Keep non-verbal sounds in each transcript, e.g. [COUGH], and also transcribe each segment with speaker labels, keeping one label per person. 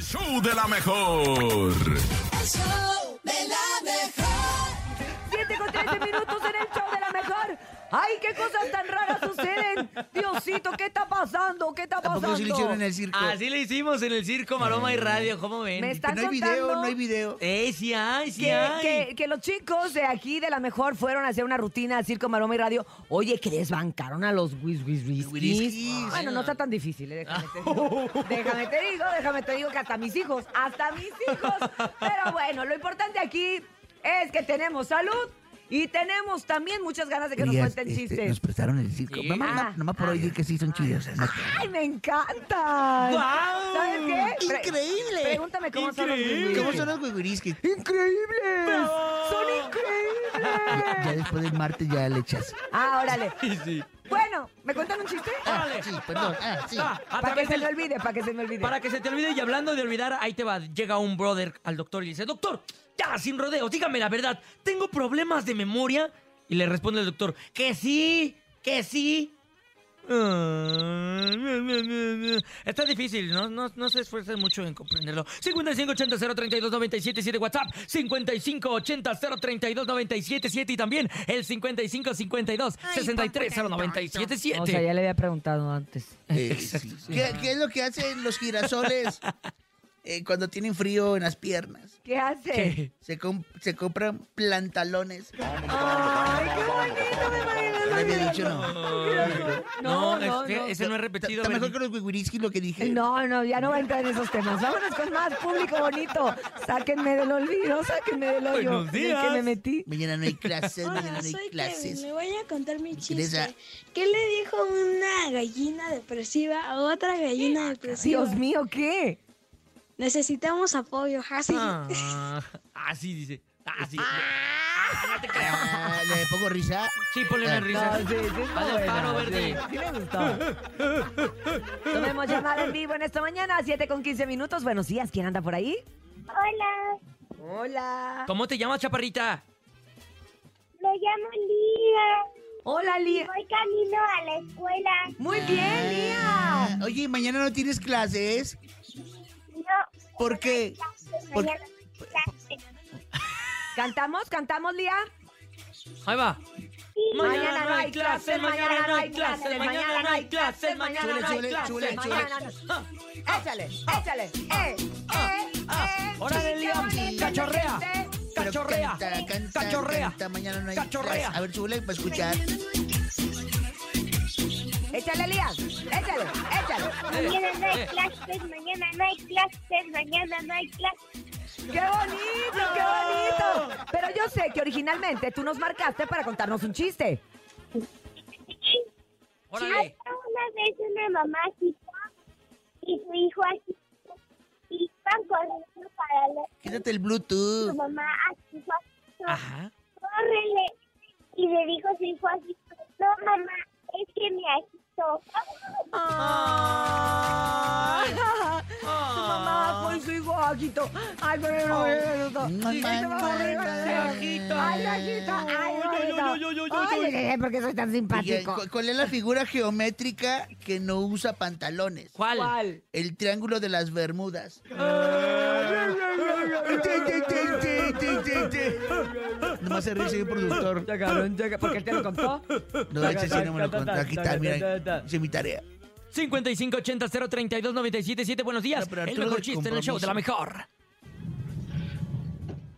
Speaker 1: show de la mejor.
Speaker 2: El show de la mejor.
Speaker 3: 7 con 13 minutos en el show de la mejor. ¡Ay, qué cosas tan raras suceden! Diosito, ¿qué está pasando? ¿Qué está
Speaker 4: Tampoco
Speaker 3: pasando?
Speaker 4: se lo hicieron en el circo.
Speaker 5: Así le hicimos en el circo Maroma y Radio, ¿cómo ven?
Speaker 3: Eh. Me
Speaker 4: Pero
Speaker 3: están
Speaker 4: no hay video,
Speaker 3: contando
Speaker 4: no hay video.
Speaker 5: Eh, sí hay, sí
Speaker 3: que,
Speaker 5: hay.
Speaker 3: que- que los chicos de aquí de la mejor fueron a hacer una rutina al Circo Maroma y Radio. Oye, que desbancaron a los whis whis whis-
Speaker 4: Whiskis.
Speaker 3: Bueno, no está tan difícil, eh, déjame te digo.
Speaker 4: [LAUGHS]
Speaker 3: déjame te digo, déjame te digo que hasta mis hijos, hasta mis hijos. Pero bueno, lo importante aquí es que tenemos salud y tenemos también muchas ganas de que nos
Speaker 4: Elías,
Speaker 3: cuenten
Speaker 4: este,
Speaker 3: chistes.
Speaker 4: nos prestaron el circo.
Speaker 5: Sí.
Speaker 4: Mamá,
Speaker 3: Ah.
Speaker 4: no, nomás por hoy di que sí son ¿eh? chidas.
Speaker 3: ¡Ay, me encanta!
Speaker 5: ¡Guau!
Speaker 3: ¿Sabes qué? Pre-
Speaker 4: Increíble.
Speaker 3: Pregúntame cómo son los
Speaker 5: Increíble.
Speaker 3: bilingües.
Speaker 4: ¿Cómo son los guiguriskis?
Speaker 3: ¡Increíbles! ¡Son increíbles!
Speaker 4: Ya, Ah,
Speaker 5: [LAUGHS]
Speaker 4: ya después del martes ya le echas.
Speaker 3: Ah, órale.
Speaker 5: Sí, sí.
Speaker 3: Bueno, ¿me cuentan un chiste?
Speaker 4: Ah,
Speaker 5: Órale.
Speaker 4: sí, perdón. Ah, sí.
Speaker 5: Ah, hasta
Speaker 3: Para que se
Speaker 5: te-
Speaker 3: me olvide, para que se me olvide.
Speaker 5: para que se te olvide y hablando de olvidar, ahí te va. Llega un brother al doctor y dice, doctor, ya, sin rodeos, dígame la verdad, ¿tengo problemas de memoria? Y le responde el doctor, que sí, que sí. Ah, mia, mia, mia, mia. Está difícil, ¿no? No, no se esfuercen mucho en comprenderlo. 5580-032-977 WhatsApp, 5580-032-977 y también el 5552-630977.
Speaker 3: O sea, ya le había preguntado antes.
Speaker 4: Eh, sí. ¿Qué, qué es lo que hacen los girasoles eh, cuando tienen frío en las piernas?
Speaker 3: ¿Qué hace?
Speaker 5: ¿Qué?
Speaker 4: Se, com- se compran plantalones.
Speaker 3: ¡Ay, qué bonito me
Speaker 4: Lo había
Speaker 3: parece!
Speaker 4: dicho, no.
Speaker 3: No,
Speaker 5: No,
Speaker 3: no,
Speaker 5: este-
Speaker 3: no.
Speaker 5: ese no es repetido.
Speaker 4: Está
Speaker 5: Bernie.
Speaker 4: mejor que los guiguriskis lo que dije.
Speaker 3: No, no, ya no va a entrar en esos temas. Vámonos con más público bonito. Sáquenme del olvido, sáquenme del hoyo. en
Speaker 5: Buenos
Speaker 3: el que
Speaker 5: días.
Speaker 3: me metí.
Speaker 4: Mañana no hay
Speaker 6: [LAUGHS]
Speaker 4: clases, mañana
Speaker 6: Hola,
Speaker 4: no
Speaker 6: soy
Speaker 4: hay
Speaker 6: Kevin.
Speaker 4: clases.
Speaker 6: Le voy a contar mi
Speaker 4: Teresa.
Speaker 6: chiste. ¿Qué le dijo una gallina depresiva a otra gallina depresiva?
Speaker 3: Dios mío, ¿qué?
Speaker 6: Necesitamos apoyo, así.
Speaker 5: Ah, así dice. Ah, Así.
Speaker 3: Ah.
Speaker 5: no te creo.
Speaker 4: Ah, le pongo risa.
Speaker 5: Sí, ponle una risa.
Speaker 3: No, Ah, sí, sí, está
Speaker 5: Vale,
Speaker 3: buena,
Speaker 5: paro,
Speaker 3: sí,
Speaker 5: verde.
Speaker 3: sí me gustó. Tomemos llamada en vivo en esta mañana, 7 con 15 minutos. Buenos días, ¿quién anda por ahí?
Speaker 7: Hola,
Speaker 3: Hola.
Speaker 5: ¿Cómo te llamas, chaparrita?
Speaker 7: me llamo Lía.
Speaker 3: Hola, Lía.
Speaker 7: Voy camino a la escuela.
Speaker 3: Muy bien, Lía.
Speaker 4: Ah, Oye, mañana no tienes clases.
Speaker 7: No,
Speaker 4: ¿Por qué? Por-
Speaker 7: mañana no hay clase.
Speaker 3: ¿Cantamos? ¿Cantamos, Lía?
Speaker 5: Ahí va.
Speaker 3: Mañana no hay clases, mañana no hay clases, mañana no hay clases, mañana no hay
Speaker 4: Súbele, súbele,
Speaker 3: clases,
Speaker 4: súbele,
Speaker 3: mañana no. Échale, échale. Eh,
Speaker 5: Ah,
Speaker 3: eh, eh.
Speaker 5: Órale,
Speaker 3: Qué
Speaker 5: Lía,
Speaker 3: bonito,
Speaker 5: cachorrea.
Speaker 3: gente.
Speaker 4: Pero
Speaker 5: Cachorrea.
Speaker 4: canta, canta,
Speaker 5: Cachorrea.
Speaker 4: canta, mañana no hay
Speaker 5: Cachorrea.
Speaker 4: clases. A ver, súbele para escuchar.
Speaker 3: Échale, Lía. Échale, échale.
Speaker 7: Mañana no hay
Speaker 5: eh.
Speaker 7: clases, mañana no hay clases, mañana no hay clases.
Speaker 3: ¡Qué bonito, qué bonito! Pero yo sé que originalmente tú nos marcaste para contarnos un chiste.
Speaker 5: Órale.
Speaker 7: Hasta una vez una mamá quitó y su hijo así y iban corriendo para la
Speaker 4: Quítate el
Speaker 7: su
Speaker 4: Bluetooth.
Speaker 7: mamá así fue,
Speaker 5: Ajá.
Speaker 7: córrele. Y le dijo su hijo así, no mamá, es que me agitó.
Speaker 3: Su
Speaker 5: Ah.
Speaker 3: mamá con su hijo bajito. Ay, pero
Speaker 5: Oh.
Speaker 3: no, no, no, no.
Speaker 4: Ay,
Speaker 3: Ay,
Speaker 4: mamá,
Speaker 3: bajito. Ay, bajito. Ay, bajito. Ay, ¿por qué soy tan
Speaker 4: Oye,
Speaker 3: simpático?
Speaker 4: ¿cu- ¿Cuál es la figura geométrica que no usa pantalones?
Speaker 5: ¿Cuál?
Speaker 3: ¿Cuál?
Speaker 4: El triángulo de las Bermudas. Nomás se ríe el productor.
Speaker 3: Porque él te lo contó.
Speaker 4: No, ese sí no me lo contó. Aquí está, mira. Hice mi tarea.
Speaker 5: 5580-032-977. Buenos días.
Speaker 4: No, pero
Speaker 5: El
Speaker 4: Arturo
Speaker 5: mejor
Speaker 4: de
Speaker 5: chiste en el show de la mejor.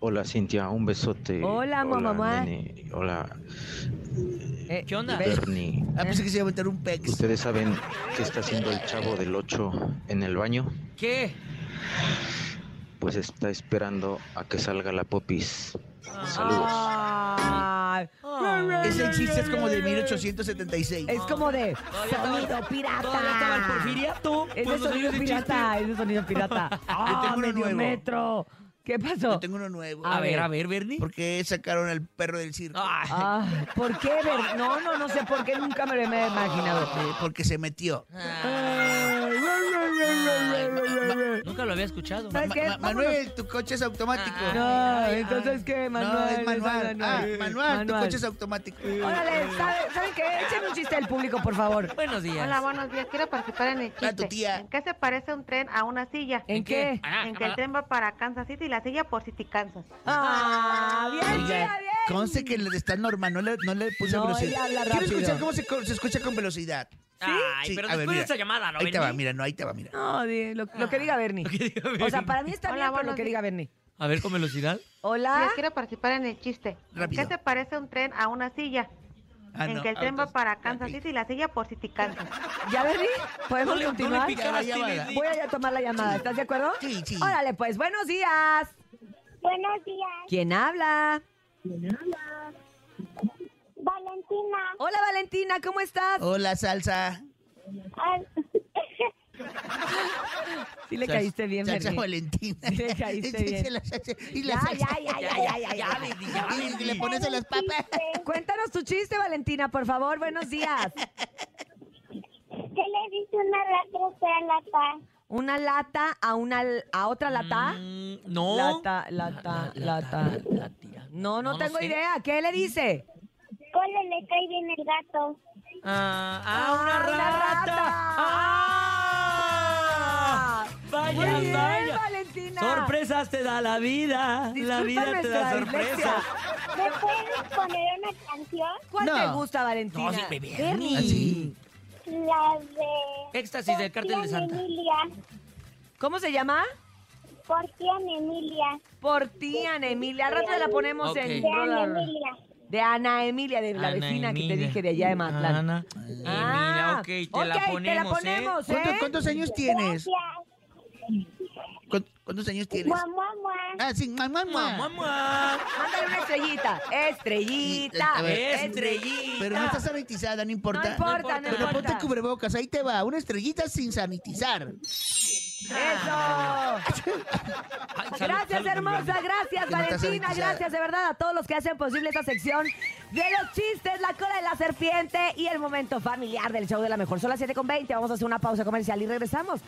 Speaker 8: Hola Cintia, un besote.
Speaker 3: Hola, mamamá.
Speaker 8: nene. Hola
Speaker 3: Eh,
Speaker 5: ¿Qué onda?
Speaker 8: Bernie.
Speaker 4: Ah, pensé que se iba a meter un pex.
Speaker 8: ¿Ustedes saben qué está haciendo el chavo del 8 en el baño?
Speaker 5: ¿Qué?
Speaker 8: Pues está esperando a que salga la popis. Saludos.
Speaker 3: Ay.
Speaker 5: Ah.
Speaker 4: Ese chiste es como de 1876.
Speaker 3: Es como de sonido
Speaker 5: Todavía estaba el
Speaker 3: pirata.
Speaker 5: porfiriato.
Speaker 3: Es de
Speaker 5: cuando
Speaker 3: sonido
Speaker 5: salió Pues, ese
Speaker 3: pirata,
Speaker 5: chiste.
Speaker 3: es de sonido pirata. Ah,
Speaker 4: tengo uno
Speaker 3: medio
Speaker 4: nuevo.
Speaker 3: metro. ¿Qué pasó?
Speaker 4: Yo tengo [LAUGHS] uno nuevo.
Speaker 5: A ver, a ver, Bernie.
Speaker 4: ¿Por qué sacaron al perro del circo?
Speaker 5: Ay.
Speaker 3: Ah, ¿Por qué? Ver- No, no, no sé por qué nunca me lo he imaginado. Ah.
Speaker 4: Eh, Porque se metió.
Speaker 5: Ay,
Speaker 4: Va- va-
Speaker 5: Nunca lo había escuchado.
Speaker 3: ¿Sabes qué?
Speaker 4: Ma- Manuel, tu coche es automático.
Speaker 5: Ah,
Speaker 3: No,
Speaker 5: Ay, ay,
Speaker 3: entonces
Speaker 5: ay.
Speaker 3: qué, Manuel.
Speaker 4: no, es manual. Ah,
Speaker 3: Manual.
Speaker 4: manual, tu
Speaker 3: Manual.
Speaker 4: coche es automático.
Speaker 3: Órale, ¿sabe- ¿saben qué? Échenme un chiste al público, por favor.
Speaker 5: Buenos días.
Speaker 9: Hola, buenos días. Quiero participar en el
Speaker 4: Ah, tu
Speaker 9: chiste.
Speaker 4: tía.
Speaker 9: ¿En qué se parece un tren a una silla?
Speaker 3: ¿En qué?
Speaker 5: Ah,
Speaker 9: En que el tren va para Kansas City y la silla por City, Kansas.
Speaker 3: Ah, bien,
Speaker 4: Oiga,
Speaker 3: chida, bien.
Speaker 4: conste que la de Stan Norma no le, no le puse
Speaker 3: No,
Speaker 4: velocidad.
Speaker 3: ella habla
Speaker 4: Quiero
Speaker 3: rápido.
Speaker 4: escuchar cómo se, co- se escucha con velocidad.
Speaker 5: Ay,
Speaker 4: Sí,
Speaker 5: pero
Speaker 4: a ver,
Speaker 5: después de
Speaker 4: mira.
Speaker 5: esa llamada, ¿no?
Speaker 4: Ahí te va,
Speaker 5: Bernie? [LAUGHS]
Speaker 4: mira, no, ahí te va, mira.
Speaker 3: No, di- lo, lo que diga Bernie.
Speaker 5: Lo que diga
Speaker 3: O sea,
Speaker 5: Bernie.
Speaker 3: para mí está
Speaker 9: Hola,
Speaker 3: bien, pero lo
Speaker 9: buenos
Speaker 3: que
Speaker 9: días.
Speaker 3: diga Bernie.
Speaker 5: A ver, con velocidad.
Speaker 3: Hola.
Speaker 9: Yo Quiero participar en el chiste.
Speaker 4: Rápido.
Speaker 9: ¿En qué se parece un tren a una silla?
Speaker 4: Ah,
Speaker 9: en
Speaker 4: no,
Speaker 9: que el tren va
Speaker 4: autos-
Speaker 9: para Kansas
Speaker 4: ok.
Speaker 9: City y la silla por City, Kansas.
Speaker 3: ¿Ya, Bernie?
Speaker 5: No
Speaker 3: ¿Podemos
Speaker 5: le, no le
Speaker 3: continuar?
Speaker 5: picaste,
Speaker 4: Ya va, ya va,
Speaker 5: le
Speaker 4: ya.
Speaker 5: di.
Speaker 3: Voy a ya tomar la llamada, ¿estás de acuerdo?
Speaker 4: Sí, sí.
Speaker 3: Órale, pues, buenos días.
Speaker 7: Buenos días,
Speaker 3: ¿Quién habla?
Speaker 7: Valentina.
Speaker 3: Hola, Valentina, ¿cómo estás?
Speaker 5: Oh,
Speaker 4: Hola, salsa.
Speaker 7: Ah,
Speaker 5: [LAUGHS]
Speaker 3: Sí le
Speaker 4: Sal-
Speaker 3: caíste bien,
Speaker 4: Salsa
Speaker 3: Bernie. [LAUGHS]
Speaker 4: Valentina.
Speaker 3: Le caíste
Speaker 4: Este,
Speaker 3: bien.
Speaker 4: se la salsa- y la
Speaker 3: Ya,
Speaker 4: salsa-
Speaker 3: ya, ya, ya, ya, ya, ya.
Speaker 5: Bernie, ya,
Speaker 4: Y
Speaker 5: Bernie.
Speaker 4: le pones
Speaker 7: [LAUGHS]
Speaker 4: a las papas.
Speaker 3: Cuéntanos tu chiste, Valentina, por favor. Buenos días.
Speaker 7: ¿Qué le dice una lacra a la paz?
Speaker 3: Una lata a una a otra lata.
Speaker 5: Mm, no.
Speaker 3: Lata, lata, lata.
Speaker 5: lata.
Speaker 3: No, no,
Speaker 5: No lo
Speaker 3: tengo
Speaker 5: sé.
Speaker 3: idea. ¿Qué le dice?
Speaker 7: ¿Cómo le cae bien el gato?
Speaker 5: Ah, ah, una
Speaker 3: Ah, una
Speaker 5: rata.
Speaker 3: rata.
Speaker 5: Ah.
Speaker 3: Muy
Speaker 5: Vaya,
Speaker 3: bien,
Speaker 5: vaya.
Speaker 3: Valentina.
Speaker 5: Sorpresas te da la vida.
Speaker 3: Disculpa
Speaker 5: la vida te da
Speaker 3: nuestra dislexia.
Speaker 5: sorpresas.
Speaker 7: ¿Me puedes poner una canción?
Speaker 3: ¿Cuál
Speaker 4: No.
Speaker 3: te gusta, Valentina?
Speaker 5: No, sí, Ah, bebé.
Speaker 3: Bernie.
Speaker 4: Ah, Así.
Speaker 7: La de...
Speaker 5: Éxtasis del cártel de
Speaker 7: Porfian
Speaker 5: Santa.
Speaker 7: Emilia.
Speaker 3: ¿Cómo se llama?
Speaker 7: Porfian Emilia.
Speaker 3: Por ti, Ana Emilia. Al rato la ponemos
Speaker 5: Ok.
Speaker 3: en...
Speaker 7: De Ana Emilia.
Speaker 3: De Ana Emilia, de la
Speaker 5: Ana
Speaker 3: vecina que te
Speaker 5: Emilia.
Speaker 3: dije de allá de Matlán. Ah,
Speaker 5: Ana Emilia, ok, te la ponemos, ¿eh?
Speaker 3: ponemos,
Speaker 4: ¿Cuántos,
Speaker 3: ¿eh?
Speaker 4: cuántos años tienes?
Speaker 7: Gracias.
Speaker 4: ¿Cuán- ¿Cuántos años tienes?
Speaker 7: Mua, mua, mua.
Speaker 4: Ah, sí, mamá,
Speaker 5: Mua, mua, mua.
Speaker 3: Mándale una estrellita.
Speaker 4: A
Speaker 3: Estrellita.
Speaker 4: ver.
Speaker 5: Estrellita.
Speaker 4: Pero no estás sanitizada, no
Speaker 3: No
Speaker 4: importa.
Speaker 3: importa, no
Speaker 5: Pero
Speaker 4: Pero ponte
Speaker 3: importa.
Speaker 4: cubrebocas, ahí te va. Una estrellita sin sanitizar.
Speaker 3: Eso.
Speaker 5: Ay, salud,
Speaker 3: Gracias,
Speaker 5: salud,
Speaker 3: hermosa.
Speaker 5: Julián.
Speaker 3: Gracias,
Speaker 4: Que no estás
Speaker 3: Valentina.
Speaker 4: sanitizada.
Speaker 3: Gracias, de verdad, a todos los que hacen posible esta sección de los chistes, la cola de la serpiente y el momento familiar del show de la mejor. Son las 7.20. Vamos a hacer una pausa comercial y regresamos.